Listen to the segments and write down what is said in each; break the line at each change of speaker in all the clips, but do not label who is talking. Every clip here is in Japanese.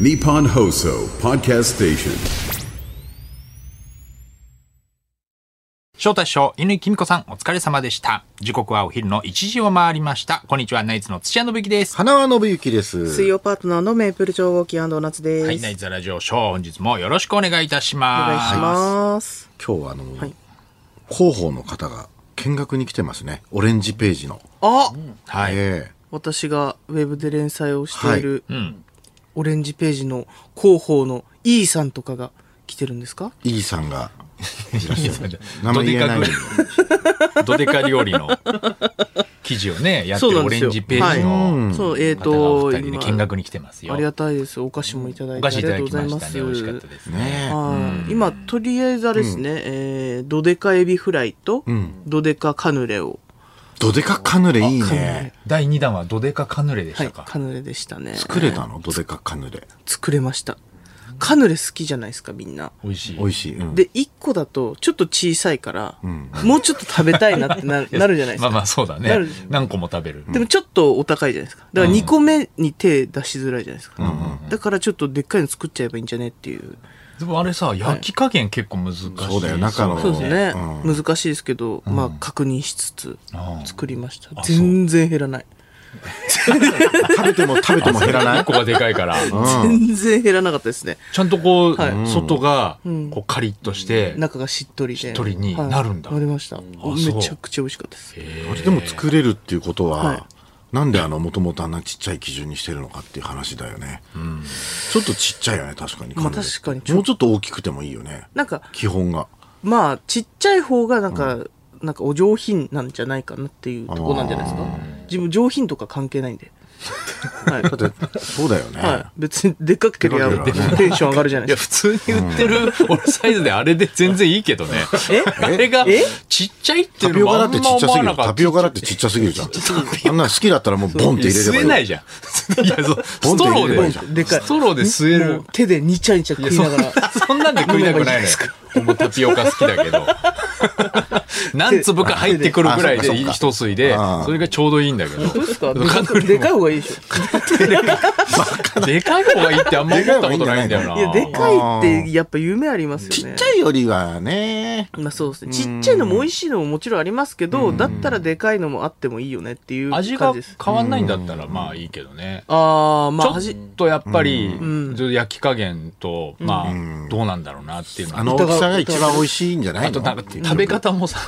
Nippon Hoso Podcast Station.
翔太師匠、犬井君子さん、お疲れ様でした。時刻はお昼の1時を回りました。こんにちは、ナイツの土屋信之です。
花輪信之です。
水曜パートナーのメープル超合金ドーナツです。
はい、ナイツラジオショー、本日もよろしくお願いいたし
お願い
ます。
します。
今日はあの、
はい
広報の方が見学に来てますね。オレンジページの。
あ、
はい。
え
私がウェブで連載をしている、
ん。
オレンジページの広報の E さんとかが来てるんですか
えイーさんがいらっしゃる名前言えないんで。
ドデカ料理の記事をね、やってるオレンジページ
は
の
い、そう、えっ、
方がお
と、
二人で見学に来てますよ。
ありがたいです。お菓子もいただい
お
て、あ
菓子
り
いただ
がとうご
き
ざ
ま
い
し
ま
た
す。
ね。美味しかったですね。
ねえ
はい今、とりあえずあれですね、えー、ドデカエビフライと、ドデカカヌレを、
ドデカカヌレいいね。
第2弾はドデカカヌレでし
はい、
たか。
カヌレでしたね。
作れたのドデカカヌレ。
作れました。カヌレ好きじゃないですか、みんな。
美味しい。
美味しい。うん
で、1個だとちょっと小さいから、もうちょっと食べたい なってななるじゃないですか。
まあまあそうだ
な
ね
るでしょ。
何個も食べる。
でもちょっとお高いじゃないですか。だから2個目に手出しづらいじゃないですか。だからちょっとでっかいの作っちゃえばいいんじゃねっていう。
でもあれさ、焼き加減結構難しい。
そうだよ中の
そうですね。
う
難しいですけど、まあ確認しつつ
うん
作りました
あ。そう
全然減らない。
食べても食べても減らな
1
い。
個がでかいから。
全然減らなかったですね。
ちゃんとこう、
はい
外が、こうカリッとして、
中がしっとりで。し
っとりになるんだ
なりました。
そう
めちゃくちゃ美味しかったです。
あれでも作れるっていうこと
は、
はいなんであの、もともとあんなちっちゃい基準にしてるのかっていう話だよね。ちょっとちっちゃいよね、確かに。
まあ確かに
もうちょっと大きくてもいいよね。
なんか、
基本が。
まあちっちゃい方がなんか、なんかお上品なんじゃないかなっていうとこなんじゃないですか自分上品とか関係ないん ではい、
だって、そうだよね。
はい、別にでっかくけりゃ
でかけりゃ
テンション上がるじゃな
い
いで
や、
すか
普通に売ってる、俺サイズであれで全然いいけどね。あれが
え、
ちっちゃいってい
タ
う
ピ
の
オ
も
カ
あ
だ
ん
って
ま
ちっち
思
ゃす
わ
ぎ
な
る。
かった。
タピオカだってちっちゃすぎるじゃん。あんなの好きだったらもうボンって入れれば
吸
い
え
い。
ないじゃん。いや、そう、スト
ボンって
ロ
入れればいいじゃ
ー
ん
で、
でかい
ストローで吸え
も
る
う。手でにちゃにちゃ食いながら
そんなんで食いたくないのよ。俺もタピオカ好きだけど。何粒か入ってくるぐらいで
あそっかそっか
一吸いで
あ、ー
それがちょうどいいんだけど。
どうですかで
カ
か
ヌレも
でかい方がいいでし
でかい方がいいってあんま思ったことないんだよ
ょ
な。
いやでかいってやっぱ夢ありますよね
ちっちゃいよりはね。
まあそうですねちっちゃいのも美味しいのももちろんありますけどだったらでかいのもあってもいいよねっていう感じ
味が
です
変わんないんだったらまあいいけどね。
ああま
ち
あ
ょ
味
っとやっぱり、
ん
ちょっと焼き加減と、まあ、どうなんだろうなっていうのは
あの大きさが一番美味しいんじゃない
あ
の
となんか食べ方もさ、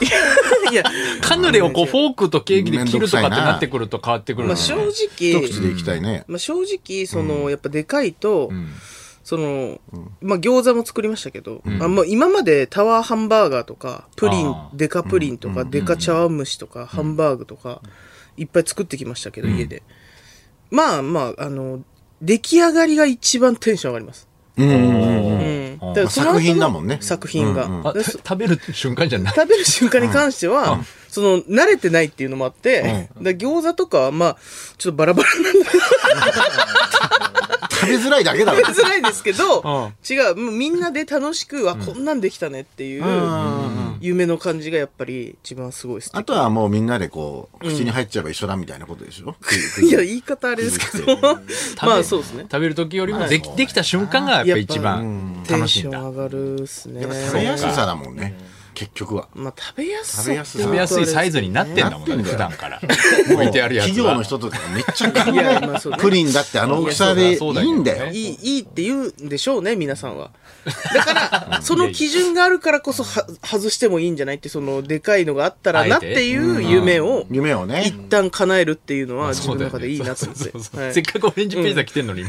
いや
カヌレをこうフォークとケーキで切るとかってなってくると変わってくる
ま
のね
あ正直
一口でいきたいね。
まあ、正直その、やっぱでかいと、
ん
その、まあ、餃子も作りましたけど、あもう今までタワーハンバーガーとかプリン
あー
でかプリンとか、でか茶碗蒸しとか、ハンバーグとかいっぱい作ってきましたけど、家でまあまああの出来上がりが一番テンション上がります、
うんうんうん。
お
う
ー
ん
おー
だからその後
作
の
品だもんね
作品が、
あた
でそ
食べる瞬間じゃ ない。
食べる瞬間に関しては、その、慣れてないっていうのもあって、だから餃子とかは、まあ、ちょっとバラバラなんで
食べづらいだけだろ。
食べづらいですけど、
ん
違う、もうみんなで楽しく、あ、こんなんできたねっていう、夢の感じがやっぱり一番すごいです。
あとはもうみんなでこう、口に入っちゃえば一緒だみたいなことでしょ。
いや、言い方あれですけど、 まあそうですね。
食べる時よりもできできた瞬間がやっぱ一番
テ
楽
ン
しい
シ
ん
ョン
だ。
上がるっすね。
食べやすさだもんね。結局は。
まあ食べやすさ。
食べやすさ
食べやすいサイ
ズ。
ズになってんだもん
なって
ね、
んだよ
普段から。置いてあるやつは。
企業の人とかめっちゃ考
いやまあそう
え
ね
プリンだってあの大きさでい
そうだそうだ
いんだよ。
いい、いいって言うんでしょうね、皆さんは。だから、その基準があるからこそは、外してもいいんじゃないって、その、でかいのがあったらなっていう夢を、
夢をね
一。旦叶えるっていうのは自
そ
分
う
の
だよ
中で
ね
いいなと思って
そうそう。そう
はい
せっかくオレンジページが来てんのに、もう。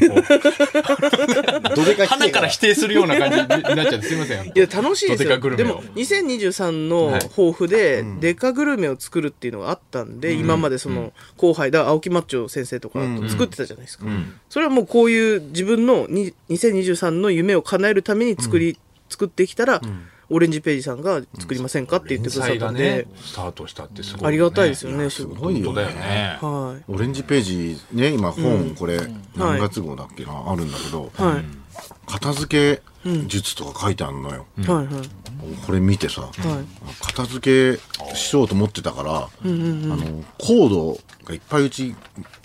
どれか来て
鼻から否定するような感じになっちゃってすいません。
いや、楽しいで
どで
す
か
よ。
グル
で
メを
も、2023の抱負で、デカグルメを作るっていうのがあったんで、今までその、後輩だ、青木マッチョ先生とかと作ってたじゃないですか。それはもうこういう自分のに2023の夢を叶えるために作り、作ってきたら、オレンジページさんが作りませんかって言ってくださっ
才
た
が
ん
ね
で、、
スタートしたってすごい、
ありがたいですよ
ね。
ね、す
す
ご
ご
い。
い
本
よ
当だよ
ね。
ね。
はい。
オレンジページね、今本これ何月号だっけな、あるんだけど、
はい。
片付け術とか書いてあるのよ。
はい。はい。
これ見てさ、片付けしようと思ってたから、あの、コードがいっぱいうち、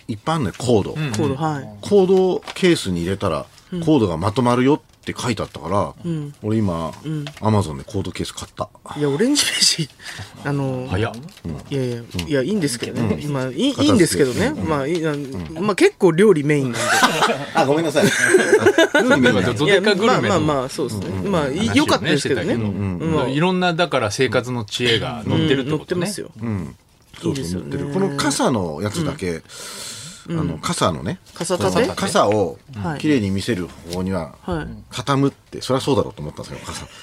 いっぱいあるのよ、コード。
コード、はい。
コードをケースに入れたら、コードがまとまるよって書いてあったから、俺今、アマゾンでコードケース買った。
いやオレンジページあの
早っ。
いやいや、いや、いいんですけどね。今、いい
け
いいんですけどね。まあ、いいあまあ、結構料理メ インなんで。
あ、ごめんなさい。
今ド
いや
デカグルメ
まあ
の
まあまあ、そうですね。まあ、い良かったですけどね。
話を
う
してたけ
ん
どいろんなだから生活の知恵が載ってるって
乗
こ
って
と
ま
ね。
すよ。
そうそう乗ってる。この傘のやつだけ、あの、傘のね、
傘立て
傘を
はい
綺麗に見せる方法には、
はい
畳むって、そりゃそうだろうと思ったんですよ、傘。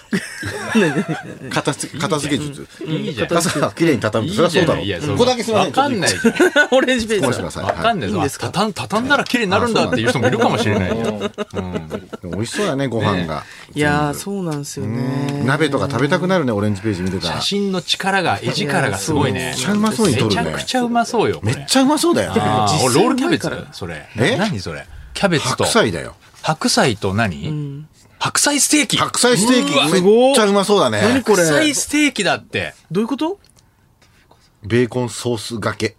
片付け、片付け術。
いいじゃん。
傘を綺麗に畳むって、そりゃそうだろ
いいじゃんいや
う。
その
ここだけすみませ
わ
ん。
かんない
ち
じ
ょっ
ゃん。
オレンジページ
ごめん
さ
なさい。
わかん
は
ないぞ。あたたん畳んだら綺麗になるんだっていう人もいるかもしれないよ。
いでも美味しそうだね、ご飯が。
いやー、そうなんですよね。
鍋とか食べたくなるね、オレンジページ見てたら。
写
めっ
真の力が、絵力がすごいね。
ちゃうまそうに撮
め
る
ちゃ
ね。
くちゃうまそうよ。め
めっちゃうまそうだよな。
あー
実際
ロールキャベツ
うまいから
それ。
え
何それキャベツと。
白菜だよ。
白菜と何白菜ステーキ
白菜ステー
うわ
キめっちゃうまそうだね。
白菜ステーキだって。
どういうこと
ベーコンソースがけ。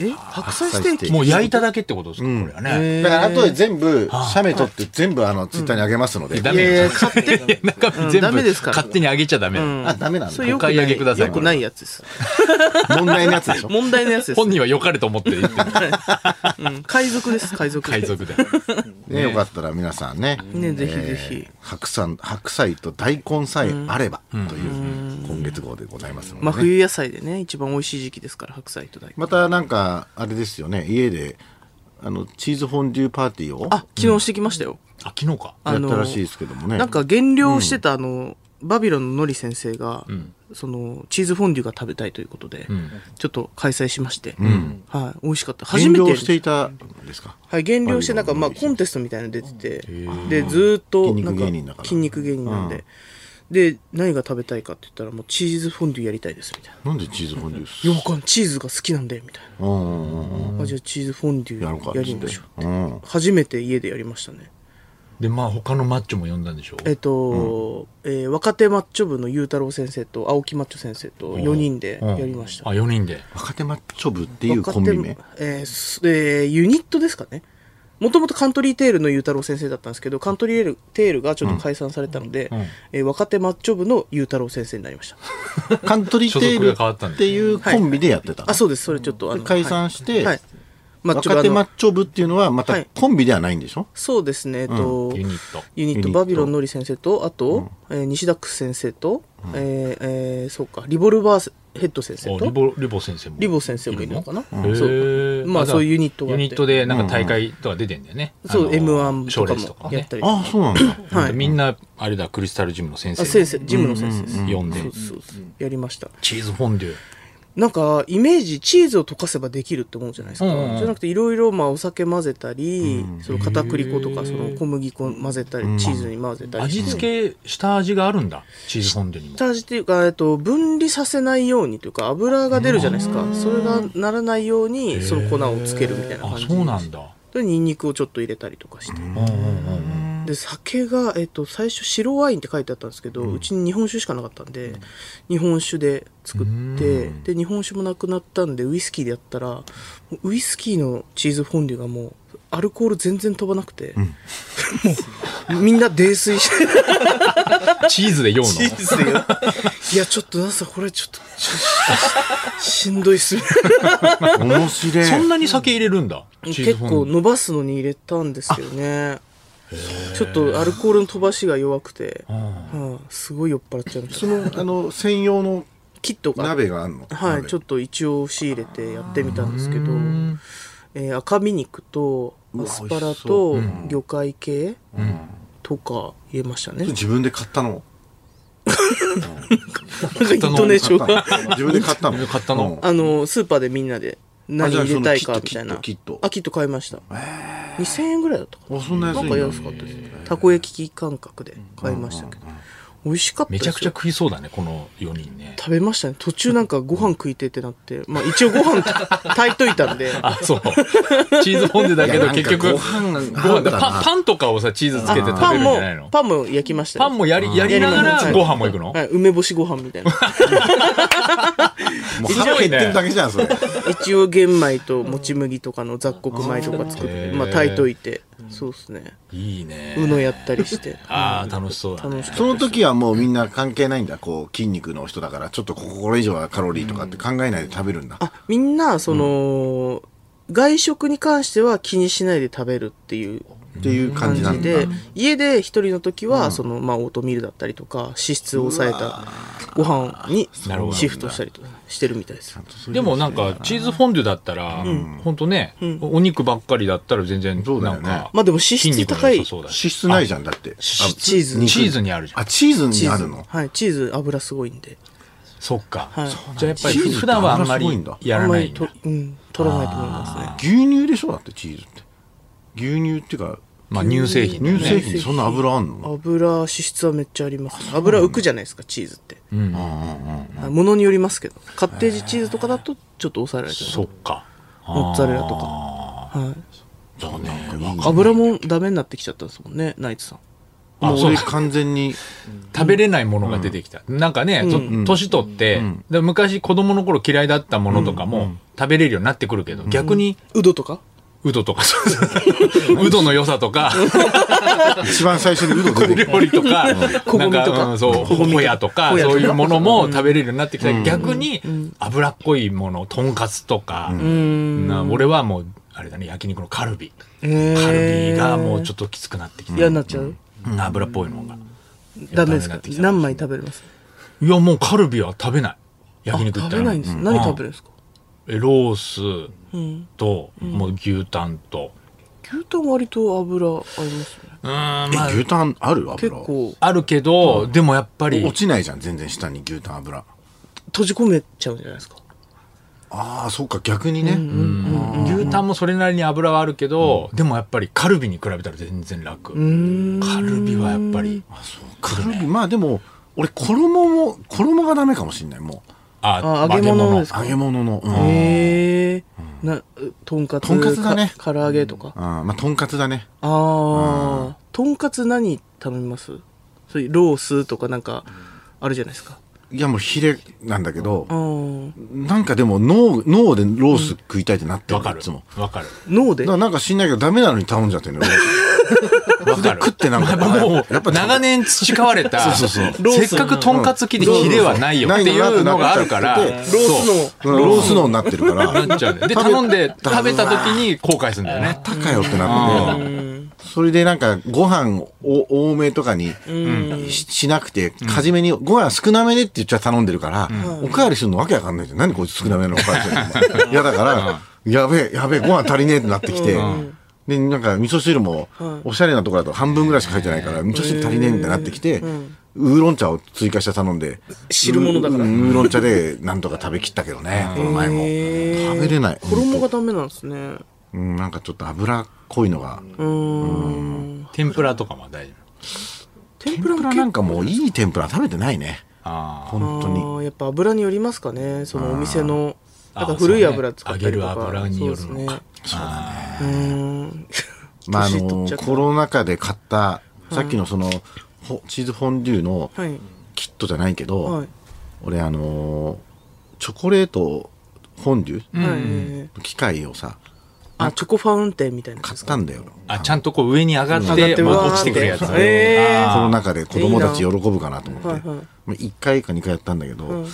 え白菜ステーキ
もう焼いただけってことですかこれはね。
だから後で全部、写メ撮って全部あの、ツイッターにあげますので。
ダ
い
メ
やいや、
よ
買って。
いや 中身
うんダ
全
メ
部
ですから
勝手にあげちゃダメ。
ん
あ、ダメなん
そ
だ
れ。よく
お
な
買い上げくだ
い。
さい
よくないやつです。
問題のやつでしょ。
問題のやつです。
本人は良かれと思って言ってる
うん海賊です、海賊。
海賊で。
ね、よかったら皆さんね。
ねぜひぜひ
えー白菜、白菜と大根さえあれば、という今月号でございますのでね。
まあ、冬野菜でね、一番美味しい時期ですから、白菜と大根。
またなんか、あれですよね、家で、あの、チーズフォンデュパーティーをや
あ、昨日してきましたよ。
あ、昨日か。
あの
ったらしいですけどもね。
なんか減量してたあの、バビロンののり先生が、そのチーズフォンデュが食べたいということで、ちょっと開催しまして、はい、美味しかった初
減
めて
量していたんですか
はい、減量してなんか、まあ、コンテストみたいなの出ててでずーっと
筋
な
肉
んか
芸人だから
筋肉芸人なんで、で何が食べたいかって言ったらもうチーズフォンデュやりたいですみたいな。
なんでチーズフォンデュす
いやわかんないチーズが好きなんでみたい
うんうんうんうん
な、あじゃあチーズフォンデ
やろうか
ュ
っ
や
つ
り
っ
ま
て
しょう
うん
初めて家でやりましたね
で、まあ他のマッチョも呼んだんでしょ
えっと、えー若手マッチョ部の裕太郎先生と青木マッチョ先生と4人でやりました
うんあ、4人で。
若手マッチョ部っていうコンビ名
若手えーすえーユニットですかねもともとカントリーテールのゆうたろう先生だったんですけどカントリーテールがちょっと解散されたので、えー若手マッチョ部のゆうたろう先生になりました
カントリーテ
所属が変わった
ー
んで
ルっ
す
ていうコンビでやってたの
あそうですそれちょっとあの
解散し
は
て
い、はいマッチョ
若
部
手
あの
マッチョ部っていうのはま
は
た
い
コンビではないんでしょ
そうですねえっと、
ユニット。
ユニ
ユ
ッ
ニッ
ト
ト
バビロンのり先生とあと、えー西ダックス先生と、えーえーそうかリボルバーヘッド先生
お
と
リボ、リボ先生も。
リボ先生もいるのかな
へ
そう
ー
まあそういうユニットがあ
ユ
って
ニットでなんか大会とか出てんだよね。
そう
あの
M1
賞
と
レ
か
ースとか
も
ね
やったりとか
ああそうなんだ
はい
みんな、あれだ、クリスタルジムの先生
あ先生ジムの先生です、
呼んで
そう、そうそうやりました
チーズフォンデュ。
なんかイメージチーズを溶かせばできるって思うじゃないですか、
うんうん
じゃなくていろいろまあお酒混ぜたり、その片栗粉とかその小麦粉混ぜたり、チーズに混ぜたり
味付け、下味があるんだ、チーズフォンデュにも。
下味っていうか、えっと、分離させないようにというか油が出るじゃないですかそれがならないようにその粉をつけるみたいな感
あ、
じ
そうなんだ。
でニンニクをちょっと入れたりとかして、
うんうんうんうん。
で酒が、えっと、最初白ワインって書いてあったんですけど、うちに日本酒しかなかったんで、日本酒で作ってで日本酒もなくなったんでウイスキーでやったらもうウイスキーのチーズフォンデュがもうアルコール全然飛ばなくて、もうみんな泥酔して
チーズで酔うの。
いやちょっとなさこれちょっとちょっとししんどいっすね
面白い
そんなに酒入れるんだ。チーズ
結
フォン
構
デュ。
伸ばすのに入れたんですけどねちょっとアルコールの飛ばしが弱くて、はいすごい酔っ払っちゃいました
その あの専用の
キットが
鍋があるの
はい、
鍋
ちょっと一応仕入れてやってみたんですけど、えー赤身肉とアスパラと魚介系とか入れましたね。
自分で買ったの
なんかイントネーションが。
自分で買ったの
自分で買ったの
うん
あの、スーパーでみんなで何入れたいか
あ
み
じ
た
ゃあ
い
その
な。
キットキット
あ、キット買いました。2000円ぐらいだったかな。
あそんな安い
なんん
だ
か安かったですね。たこ焼き器感覚で買いましたけど。美味しかった
め
です
ち
よ
ゃくちゃ食いそうだね、この4人ね。
食べましたね。途中なんかご飯食いてってなって。まあ一応ご 飯炊いといたんで。
あ、 そう。チーズフォンデュだけ
いや
ど
なんか
結局、
ご飯が
ご飯だパンパンとかをさ、チーズつけて食
パ
べるん
ン
じ
も
ゃないの、
パンも焼きましたよ
パンもやり、やりながらご飯も行くの
はい、梅干しご飯 みたいな。
もう腹減ってるだけじゃんそれ
一応玄米ともち麦とかの雑穀米とか作っ
へ
て、
ー
まあ炊いといて。そうですね
いいね
うのやったりして
ああ楽しそうだね
楽しかった
その時はもうみんな関係ないんだこう筋肉の人だからちょっとこここれ以上はカロリーとかって考えないで食べるんだ、
あみんなその、外食に関しては気にしないで食べるっていう
っていう感
感
じ
じ
なんだ
で家で一人の時は、そのまあオートミールだったりとか脂質を抑えたご飯に
なるほど
シフトしたりとしてるみたいです
でもなんかチーズフォンデュだったら、ほんとね、お肉ばっかりだったら全然
そうだ
な
よ
ん
ね
か、
まあでも脂質高
筋肉も
い
良さそうだ
脂
し
質ないじゃんだって
脂質
チーズ
肉
チーズにあるじゃん
あチーズ
チ
にあ
ーズ
るの
はいチーズ油すごいんで
そっか、
はい
じゃあやっぱり
チーズって
普段はあんま
油すごいん
り
だ
やらないん
あんま
だ
りと、うん、取らないと思いますね
牛乳でしょだってチーズって牛乳っていうか
まあ乳製品だよ
乳製
ね
品にそんな油あんの
油脂質はめっちゃあります油浮くじゃないですかチーズって、あものによりますけどカッテージチーズとかだとちょっと抑えられて
そっ
る
か
モッツァレラとか、はい、
そうねいいね
油もダメになってきちゃったんですもんねナイツさん
もう
そう
俺完全に
食べれないものが出てきた、なんかね、と年取って、で昔子供の頃嫌いだったものとかも食べれるようになってくるけど、逆に
うどとか
うどとか、うどの良さとか、
一番最初にうどん出てくる
料理とか、
こご
なん
みとか
うんそう、
こごみとか
ほやとか、
ほやとか
そういうものも食べれるようになってきた。逆に、脂っこいもの、とんかつとか、な俺はもう、あれだね、焼肉のカルビ。
カルビ
カルビがもうちょっときつくなってきて
嫌になっちゃう、
油っぽいのが。
ダメですか
ダメになってきた
何枚食べれます
いや、もうカルビは食べない。焼肉行っ
食
たら。
べないんです、何食べるん
る
ですか
ロースと、もう牛タンと。
牛タン割と油ありますよね
うーん、ま
え
あ、
牛タンある油
結構
あるけど、でもやっぱり、
落ちないじゃん全然下に牛タン油
閉じ込めちゃうんじゃないですか
ああそうか逆にね、
牛タンもそれなりに油はあるけど、でもやっぱりカルビに比べたら全然楽カルビはやっぱり
カルビまあでも俺衣も衣がダメかもしんないも
あ
あ揚げ物です
う揚げ物の、うん
へえなとんかつ
とんかつだね
か唐揚げとか、
あーまあとんかつだね
ああとんかつ何頼みますそういうロースとかなんかあるじゃないですか
いやもうヒレなんだけど
あ、ー
なんかでも脳脳でロース食いたいってなって
わ
る
か
のい
る
つも
わかる
脳で
だからなんか知んないけどダメなのに頼んじゃってるね
わかる
食っ てなんか
も
やっぱ
う長年培われた
そうそう
せっかくとんかつきでヒレはないよっていうのがあるから
ない
ロース
俺うんロース脳になってる から
なっちゃうねで頼んで食べた時に後悔するんだよね
たかよってなってそれでなんかご飯を多めとかにししなくて初めにご飯少なめでって言っちゃ頼んでるからおかわりするのわけわかんないじゃん何こいつ少なめのおかわりするのお 前いやだからやべえやべえご飯足りねえってなってきてでなんか味噌汁もおしゃれなところだと半分ぐらいしか入ってないから味噌汁足りねえみたいになってきてウーロン茶を追加して頼んで
汁物だから
うんウーロン茶でなんとか食べきったけどねこの前も
へー
食べれない
衣がダメなんですね
うんなんかちょっと脂っこいのが
うーん
天ぷらとかも大丈夫
天
天ぷ
ぷら
ら
も結構
なんかもういい天ぷら食べてないね
あ
本当
あ
に
ーやっぱ油によりますかねそのお店の
あー
なんか古い油使ったりと
あ
か
そうね揚げる油によるのか
そうですねうーん
まああ
年取っ
の
ちゃった
コロナ禍で買ったさっきのそのほチーズフォンデュの
はい
キットじゃないけど、
はい
俺あのーチョコレートフォンデュ
はい
の機械をさ
あチョコファウンテンみたいなやつ
買
で
っ
すか
たんだよ
ああちゃんとこう上に上がっ
上がってて
まあ
わー
落ちてくるやつ
ってえー
あ
コロナ禍で子供たち
いい
喜
な
ぶかなと思って
はいはい
まあ、1回か2回やったんだけど、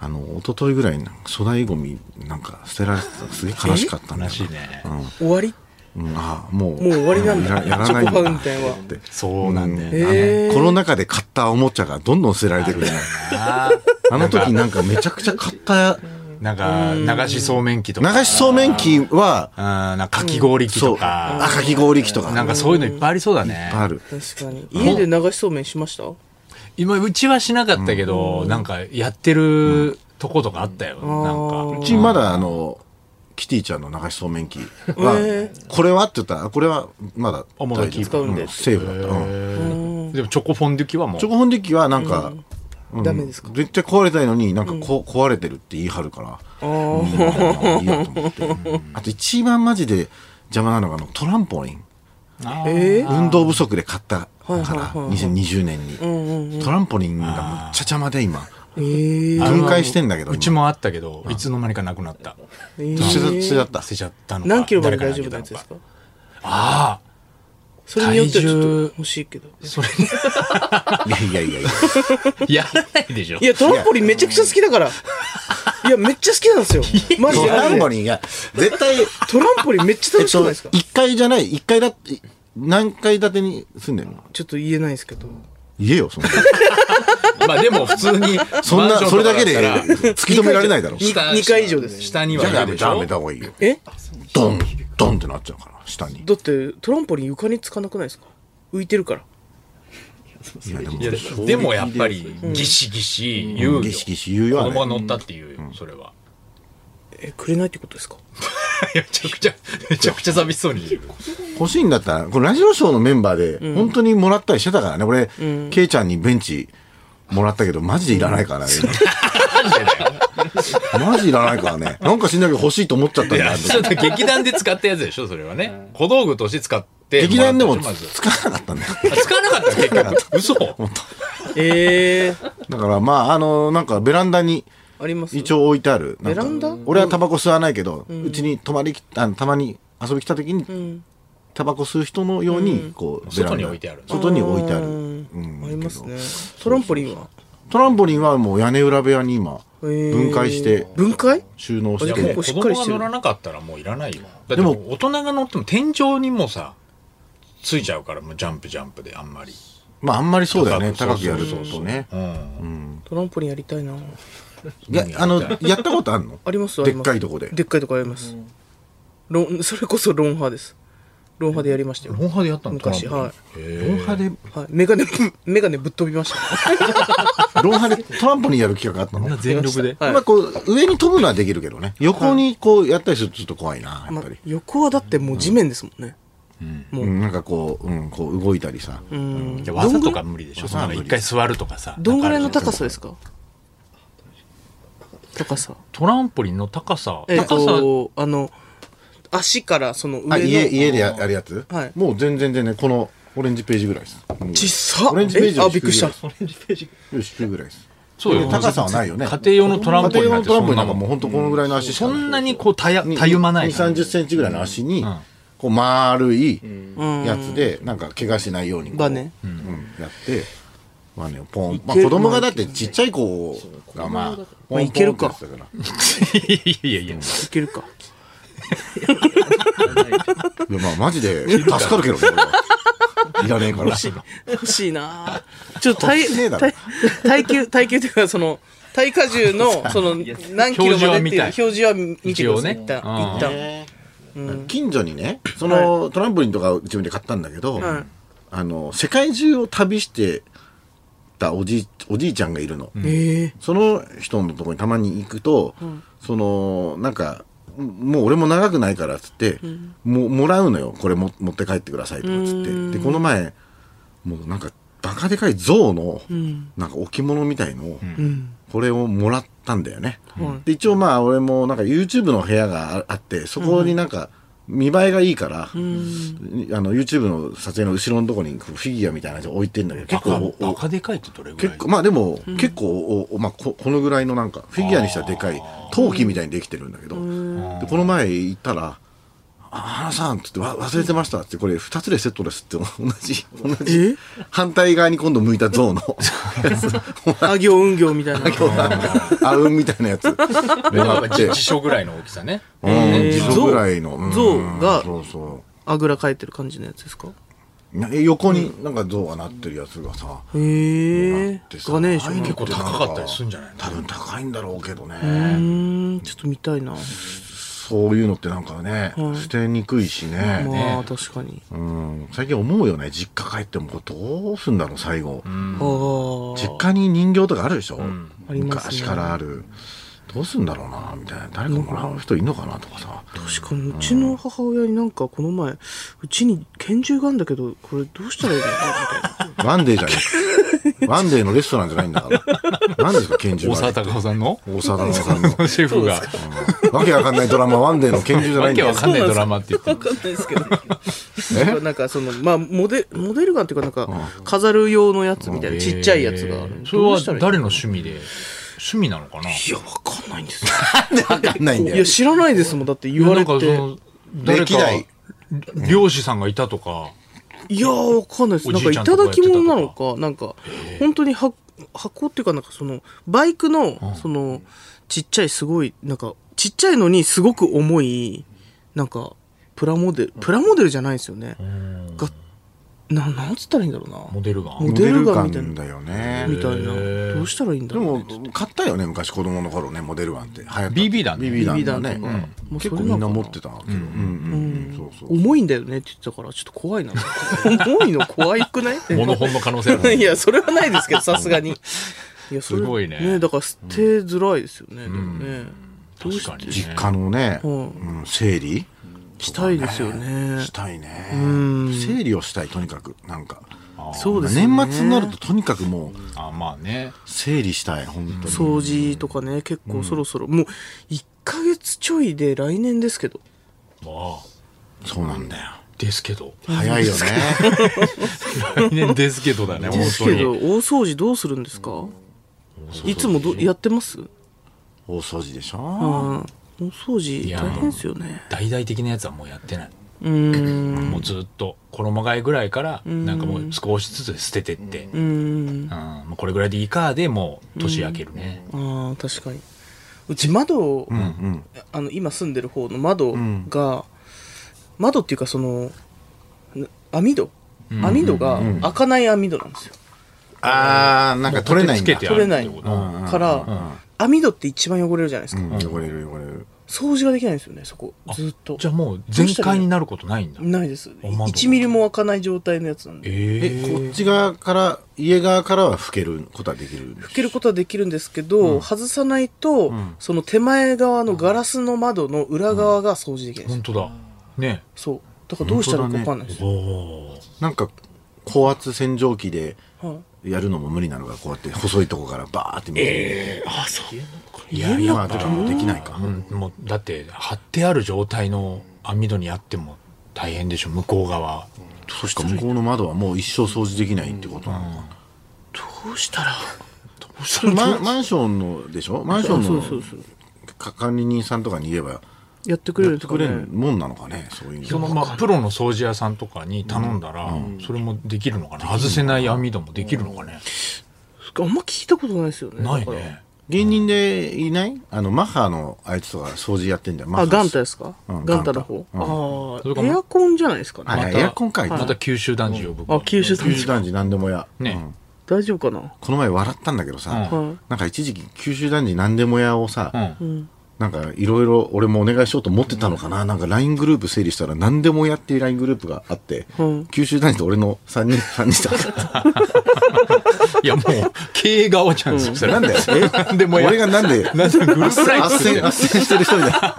あの一昨日ぐらいになんか粗大ごみなんか捨てられてたのすげえ悲しかったん
ら
だよ
しいね
終わり
うん、ああもう
もう終わりなんだ
ややらないん
チョコファウンテンは
って
そうなんだよね
へー
コロナ禍で買ったおもちゃがどんどん捨てられてくるね
あ
あの時なんかめちゃくちゃ買った
なんか流しそうめん機とか
流しそうめん機は
あーなんかかき氷機
そ
と
う
か、
あかき氷機とか
なんかそういうのいっぱいありそうだね。
ある
確かに家で流しそうめんしました
今、うちはしなかったけど、なんかやってるとことかあったよ。なん
う
か。
ちまだあのキティちゃんの流しそうめん機
へ
は
え
これはって言ったらこれはまだ
あまだキープ
使うんで
うんセーフだったうん
でもチョコフォンデュ機はもう
チョ。コフォンデュ機はなんかうん
ダメですか
絶対壊れたいのになんかこ壊れてるって言い張るから
あー
うんいいよと思って あと一番マジで邪魔なのがあのトランポリン
あー
えー
運動不足で買ったから
はいはいはいはい
2020年
ん
にトランポリンがむっちゃ邪魔で今
えー
あの
分解してんだけど
うちもあったけど、いつの間にかなくなった。
えー
捨てちゃった
捨てちゃったのか
何キロまで大丈夫なやつですか
誰かにあげたのかあ
それによってはちょっと欲しいけど。
それ、
いやいやいやいや。
やらないでしょ
い。や、トランポリンめちゃくちゃ好きだから。いや、めっちゃ好きなんですよ。マジ
ト
で。
ランポ
ン。
リンが、絶対、
トランポリンめっちゃ
え
楽
っ
しくない
と、
ですか、
1階じゃない、1階だって、何階建てに住んでるの
ちょっと言えないですけど。
言えよ、そんな。
まあでも普通に、
そん
マン
な、
ション
それ
とか
だけで
ったら
突き止められないだろ。じ
に
下
二階以上です
下に
ゃ
は
あや
いるで
めじ
し
ゃあや
ょ
めた方がいいよ。
え
ドン、ドンってなっちゃうから、下に。
だって、トランポリン床につかなくないですか浮いてるから。
いやでも
いやでもやっぱり、ギシギシ言うよ。
ギシギシ言うよあ
子
れ
供が乗ったっていうよ、それは。
え、くれないってことですか
めちゃくちゃ、めちゃくちゃ寂しそうに言う。
欲しいんだったら、このラジオショーのメンバーで、本当にもらったりしてたからね。俺、ケイちゃんにベンチもらったけど、マジでいらないか らね。マジいらないからね。なんか死んだけど欲しいと思っちゃったん
い
だ
や、
よ。
ちょっと劇団で使ったやつでしょ、それはね。小道具として使って。
劇団でも
まあず
使わなかったんだよ。
あ使わなかった結局。嘘
えー、
だからまあ、あの、なんかベランダに
あります
一応置いてある。なんか
ベランダ
俺はタバコ吸わないけど、うちに泊まりきあのたまに遊び来た時に、タバコ吸う人のように、こう、ベランダ
外に置いてある
外に置いてある。
ありますね。トランポリンは
トランポリンはもう屋根裏部屋に今、分解して
えー、分解
収納
い
し
や
あじゃあ
も
て
う
結
子
構しっ
供
かりし
が
てる
乗らなかったらもういらないよ。だって
でも
もう大人が乗っても天井にもさ、ついちゃうからもうジャンプジャンプであんまり。
まああんまりそうだよね
高
高
く
くやるとね
うん。
トランポリンやりたいな。
いやあのやったことあるの
ありますあ
で
り
っ
ます
かいとこで
でっかいとこあります。ロン それこそロンハーです。ロンハーでやりましたよ。
ロンハーでやったの
昔、はい。
ロンハで
はい、メガネ、 メガネぶっ飛びました。
ロンハでトランポリンやる企画あったの
全力で。
はい
まあこう上に飛ぶのはできるけどね横にこうやったりするとちょっと怖いなや
ま
っぱり、
横はだってもう地面ですもんね。
うん、なんかこう,、うん、こう動いたりさ、
いや技とか無理でしょ。そんなの一回座るとかさ。
どんぐらいの
なんかある
高さですか高
じゃ
さ。
んトランポリンの高さ。
えっ
高さ。
と、あの、足からその上の。
あ家家でややるやつ、
はい
もう全然全然このオレンジページぐらいですもう
ちっさ
オレンジページ
え
よ
あ、
り低い
びっくりした。
よし低いぐらいです
そうよ。
高さはないよね
家庭用のトランポリンな
家庭用
ん
の
て
ト
そ
ランポリ
んな
ンなん
も
かも
ん
うほんとこのぐらいの足しか
そ
ない
んなにこうたや、たゆまない。
2 3 0ンチぐらいの足に、こう丸いやつで、なんか怪我しないようにこう
バネ
うんやってバネをポン、まあ、子供がだってちっちゃい子がまあポンポンって
いけるか
やってたら
いやいやいや。
いけるか。
いやまあマジで助かるけどね俺はいらねえから
欲しいなちょっと体
欲しいねえだろ
体耐久耐久というかその耐荷重のその何キロまでっていう表示は見てください
一応ね
一旦
うん
一旦
近所にねそのトランポリンとかを自分で買ったんだけど、
はい
あの世界中を旅してたおじいおじいちゃんがいるの、
ええ
その人のところにたまに行くと、そのなんかもう俺も長くないからっつって、ももらうのよこれも持って帰ってくださいとかっつってでこの前もうなんかバカでかい象の、なんか置物みたいのを、これをもらったんだよね、で一応まあ俺もなんか YouTube の部屋がああってそこになんか見栄えがいいから、あの YouTube の撮影の後ろのとこにこうフィギュアみたいなやつ置いてんだけど
バ
結構
カ、
おお
バカでかいってどれぐら
結
い
構まあでも、結構おおまあ、ここのぐらいのなんかフィギュアにしたらでかい陶器みたいにできてるんだけどでこの前行ったら「あ花さん」っつってわ「忘れてました」っつって「これ2つでセットです」って同じ同じ反対側に今度向いた像の やつ
あ行運行みたいな
あうんみたいなやつで
やっぱ
あって
自自称ぐらいの大きさね。
うん
えー
自動ぐらいの
象
うん
が
そうそう
あぐらかいてる感じのやつですか
な横になんか像がなってるやつがさ
へえ
でさ
ガネーション
結構高かったりするんじゃないの
多分高いんだろうけどね
うーんちょっと見たいな
そういうのってなんかね、捨てにくいしね。
まあ確かに
うん、最近思うよね、実家帰ってもこうどうすんだろう、最後。
ああ
実家に人形とかあるでしょ、
ありますね
昔からある。どうすんだろうな、みたいな。誰かもらう人いんのかなとかさ。
確かにうちの母親になんかこの前うちに拳銃があるんだけどこれどうしたらいいのみたいな
ワンデーじゃない。 ワンデーのレストランじゃないんだから。なんですか、拳銃
大
が。
沢たかおさんの
大沢たかおさんの。
シェフが、
わけわかんないドラマ、ワンデーの拳銃じゃな
わ
いんだ
けわ。
よ
かんないドラマって言って
わ
る
かんないです けど。なんかその、まあ、モデ、モデルガンっていうか、なんか、飾る用のやつみたいな、ちっちゃいやつがある。
それは
どうしたらいい
誰の趣味で、趣味なのかない
や、わかんないんですよ。
わかんないんだ
い
よ
や、。知らないですもん。だって言わ
な
れ
んかそ
て。
の、誰
歴代
か、漁師さんがいたとか、
いやー、わかんないです。
お
なん
じ
か、
い
い
ちゃん
ただき物なの
とか
か、なんか、本当に箱、箱っていうか、なんかその、バイクの、その、ちっちゃいすごい、なんか、ちっちゃいのにすごく重い、なんか、プラモデル、プラモデルじゃないですよね。が、な、なんつったらいいんだろうな。
モデルガン
モ
モ
デ
デ
ル
ル
ガ
ガ
ンみたい
ン
な。
だよね。
みたい
へ
な。
ー
どうしたらいいんだ
で
ろう。
も、買ったよね、昔子供の頃ね、モデルガンって。流行った
BB 弾ね
BB 弾
BB
だ
弾とか
ね。
う
うんん結構みんな持ってたけど。うんうんうん。そうそう。
重いんだよねって言ってたから、ちょっと怖いな。重いの怖い くない
モノホンの可能性ある
いや、それはないで すけど、さすがに。いや、それ
すごいね
だから捨てづらいですよね、でもね。どう
確
し
かにね
実家のね、
う
うんん整理
したいですよね
し。たいね
ん。
整理をしたい、とにかく。なんか。
そうですよね。
年末になるととにかくもう
あまあね
整理したい、本当に。
掃除とかね、結構そろそろ、もう、1ヶ月ちょいで来年ですけど。
まあ
そうなんだよ。
ですけど
早いよね。
来年ですけどだね本
です
当
けど、
に
大掃除どうするんですかいつもどやってますうん。
大掃除でしょ
大掃除
いや
大変ですよね。
大々的なやつはもうやってないう
ーん。
もうずっと衣替えぐらいからなんかもう少しずつ捨ててって
うーん。
うんもうこれぐらいでいいかでもう年明けるね
ああ、確かに。うち窓を、
うん
あの今住んでる方の窓が、窓っていうかそのな網戸、網戸が開かない網戸なんですよ、
あー、なんか取れないん
もう立
だ
て。つけて
取れない
あるってことうんうん
から、網戸って一番汚れるじゃないですか、
うん汚れる汚れる。
掃除ができないんですよねそこずっと
じゃあもう全開になることないんだ
ないです
お窓
1ミリも開かない状態のやつなんで
え
え、
え
こっち側から、家側からは吹けることはできる
開けることはできるんですけど、外さないと、その手前側のガラスの窓の裏側が掃除できないんですよ、
本当だね
そうだからどうしたらいいか分かんないですよ、
おお
なんか、高圧洗浄機で
はい
やるのも無理なのが、こうやって細いとこからバーって見える。
あそう
いや、今はちょっともうできないか。
うん、もうだって貼ってある状態の網戸にあっても大変でしょ向こう側
そしか向こうの窓はもう一生掃除できないってことなのか。
どうしたら
マンマンションのでしょマンション
そうそう
の
そう
か管理人さんとかに言えば、
やってくれ
や
る
っ
ん
て
ですか
く
ね
れるもんなのかね、そういう
そ
の。
のまあプロの掃除屋さんとかに頼んだら、それもできるのかな外せない網戸もできるのかね、
あんま聞いたことないですよね。
ない
だから
ね
芸人でいないあの、マッハのあいつとか掃除やってんだよ。マッ
あ、
ハ
ガンタですか、
うん
ガンタの方。
ガンタ
それ
あ
か
あ、エアコンじゃないですか
あ
ね。
エアコンかい
また九州男児呼ぶから
あ、九州さん
九州男児何でもや。
ね
うん
大丈夫かな
この前笑ったんだけどさ、
うん
はい
なんか一時期九州男児何でも屋をさ、
うん
なんかいろいろ俺もお願いしようと思ってたのかな、なんか LINE グループ整理したら何でも屋っていう LINE グループがあって、
うん
九州男児と俺の3人、3人だった。
いやもう経営側じゃんですよ、それ
なんだよ。
なんでもや
俺がなんで、
なんでグループライン
あっ
作っ
せ
て
ん、あっせんしてる人みたいな。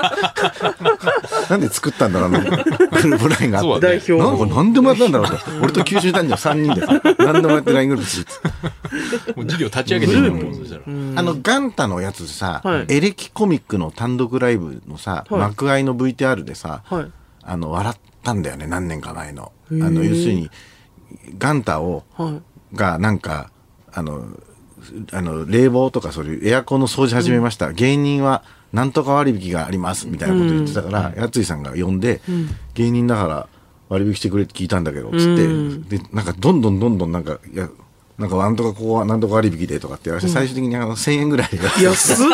なんで作ったんだろうな、グループ LINE が
そ
あ
う
っ
だ
て。
代
ね
表。
なんか何でもやったんだろうって。俺と九州男児の3人で さ、何でもやって LINE グループするっつって
もう事業立ち上げてるもんそしたら
あの、ガンタのやつでさ、
はい
エレキコミックの単独ライブのさ、
はい
幕開の VTR でさ、
はい
あの、笑ったんだよね、何年か前の。あの、要するに、ガンタを、
はい
が、なんか、あの、あの、冷房とかそういうエアコンの掃除始めました。芸人は、なんとか割引があります、みたいなこと言ってたから、やついさんが呼んで、芸人だから割引してくれって聞いたんだけど、つって、で、なんかどんどんどんどんなんか、いや、なんかなんとかここはなんとか割引でとかって言われて、最終的にあの1000円ぐらいで
安っ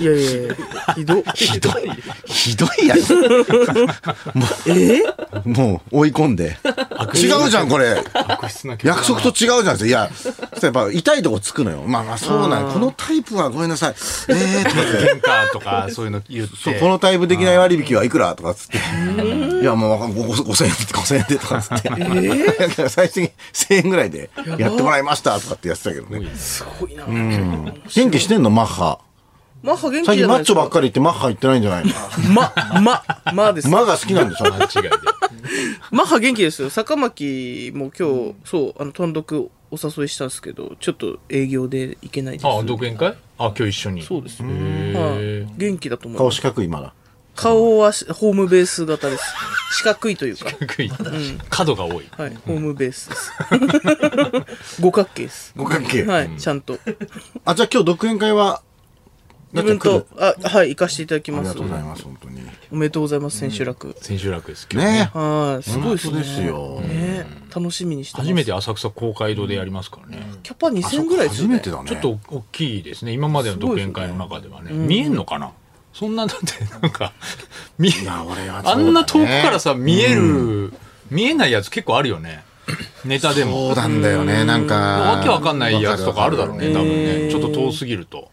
いやいやいや、ひどっ。
ひどい。 ひどいやつ。もう、 えもう追い込んで。違うじゃん、これ。
悪質な結果
約束と違うじゃんって。い や、そしたらやっぱ痛いとこつくのよ。まあまあ、そうなん。このタイプはごめんな さい。ええとか言って。
喧嘩とかそういうの言って
そう、このタイプできない割引はいくらとかっつって。いや、もう5000円で、5000円でとかっつ って。だから 最終的に1000円ぐらいでやってもらいましたとかってやってたけどね。
すごいな。
元気してんのマッハ。
マッハ元気
最
じ
近
ゃな
マッ
いで
チ
す
ョばっ
か。
かり言ってマッハ言ってないんじゃないの
ママ、マです。
マが好きなんでしょ
間違いで
マッハ元気ですよ。坂巻も今日、そう、あの、単独お誘いしたんですけど、ちょっと営業で行けないです。
あ独演会あ今日一緒に
そうですよ。
へ
はい元気だと思いま
顔
す。
四角いまだ。
顔はしホームベース型です。四角いというか。
低い 角が多い
はい、ホームベースです。五角形です。
五角形。
はい、ちゃんと。
あ、じゃあ今日独演会は
自分と、あ、はい、行かせていただき
あ
ま
り
す
が。とうございます、本当に。
おめでとうございます、千秋楽。
千秋楽ですけど
ね
はい、すごいですね。
本当ですよ
ね、楽しみにしてます。
初めて浅草公会堂でやりますからね。
キャパ2000ぐらいで
初
すよね。
めてだね。
ちょっと大きいですね。今までの独演会の中ではね。見えんのかなそんな、だってなんか、見え、
や俺はそうだ
あ
ね
んな遠くからさ、見える、見えないやつ結構あるよね。ネタで
そう
も。
なんだよね、なんか。
わけわかんないやつとかあるだろうね、
わ
多
かるわかる
分
う
ね。
ん
ちょっと遠すぎると。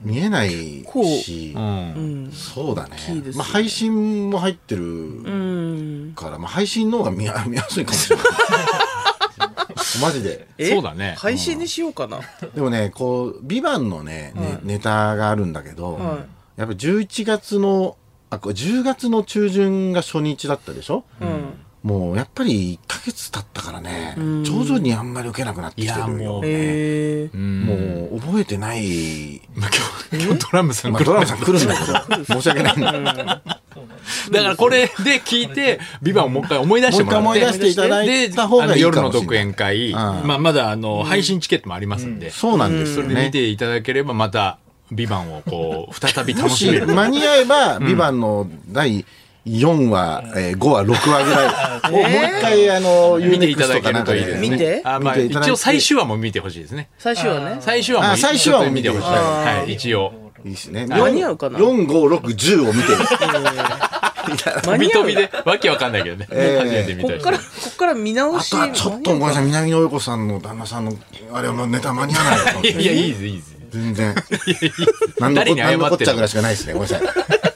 見えない
こう
し
う、。
うんん。
そうだね
大きいで。す
まあ配信も入って
う
る
ん。
から、まあ配信の方が見や 見やすいかもしれない。マジで。
え
そうだね
配信にしようかな。
でもね、こう、ビバンのね、ねネタがあるんだけど、
は
やっぱ11月の、あ、これ10月の中旬が初日だったでしょ
うん。
もうやっぱり1ヶ月経ったからね、
ん
徐々にあんまり受けなくなってきてる
いや
よ
も。
え
う
え。
ん
もう覚えてない。
今日、今日ドラムさん
ま
来
あ、
る
ドラムさん来るんだけど、申し訳ないんだけど。も
だからこれで聞い て、ビバンをもう一回思い出して
う一
も
回
らっ
思い
て。
出していただいた方がいい
であの
か
夜の
もし
独
れない。
演会、
うん
まあまだあの、配信チケットもありますんで、
そうなんです
そ
よ
れで見
ね。
ていただければまた、ビバンをこう、再び
も
楽し
し
める。
間に合えば、ビバンの第4話、えー5話、6話 ぐらいをもう一回、あの、
見ていただけるといいですね。
見て
あまあ、
見ていただいて
一応最終話も見てほしいですね。
最初はね。
最終話も
あ最終話も
見
見
て
て
ほ
ほ
し
し
い。
い
はい、一応。
いいですね。
間に合うかな
?4、5、6、10を見て。 いただ
飛び飛びで、わけわかんないけどね。
ええ
初めて見
こ
た
っから、
人
こ。っから見直
あ
し。
とはちょっとごめんなさい、南野陽子さんの旦那さんの、あれはもうネタ間に合わないかもしれない
いや、いいです、いいです。
全然。何の
誰
こ
に謝って
何
んの
のこっちゃぐらいしかないですね。ごめんなさい。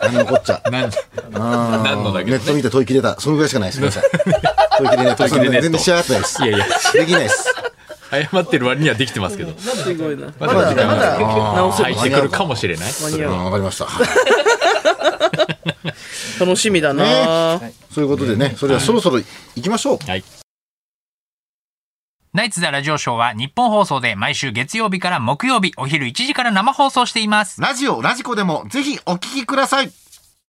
何のこっちゃ。
なん
あ ー
何のだけどね
ネット見て問い切れた。そのぐらいしかないです。ごめんなさい。問い切れない。問い切
問
れ
い切れネット
ない。全然仕上がってないです。
いやいや
できないです。
謝ってる割にはできてますけど。
すごいな。ま
だ
だ、ま
まだ
だ直せ
入ってくるかもしれない。
間
そ
に
れ
合
はわかりました。はい
ば楽しみだな。
そういうことでね、それではそろそろ行きましょう。
はい。
ナイツ・ザ・ラジオショーは日本放送で毎週月曜日から木曜日お昼1時から生放送しています。
ラジオ、ラジコでもぜひお聞きください。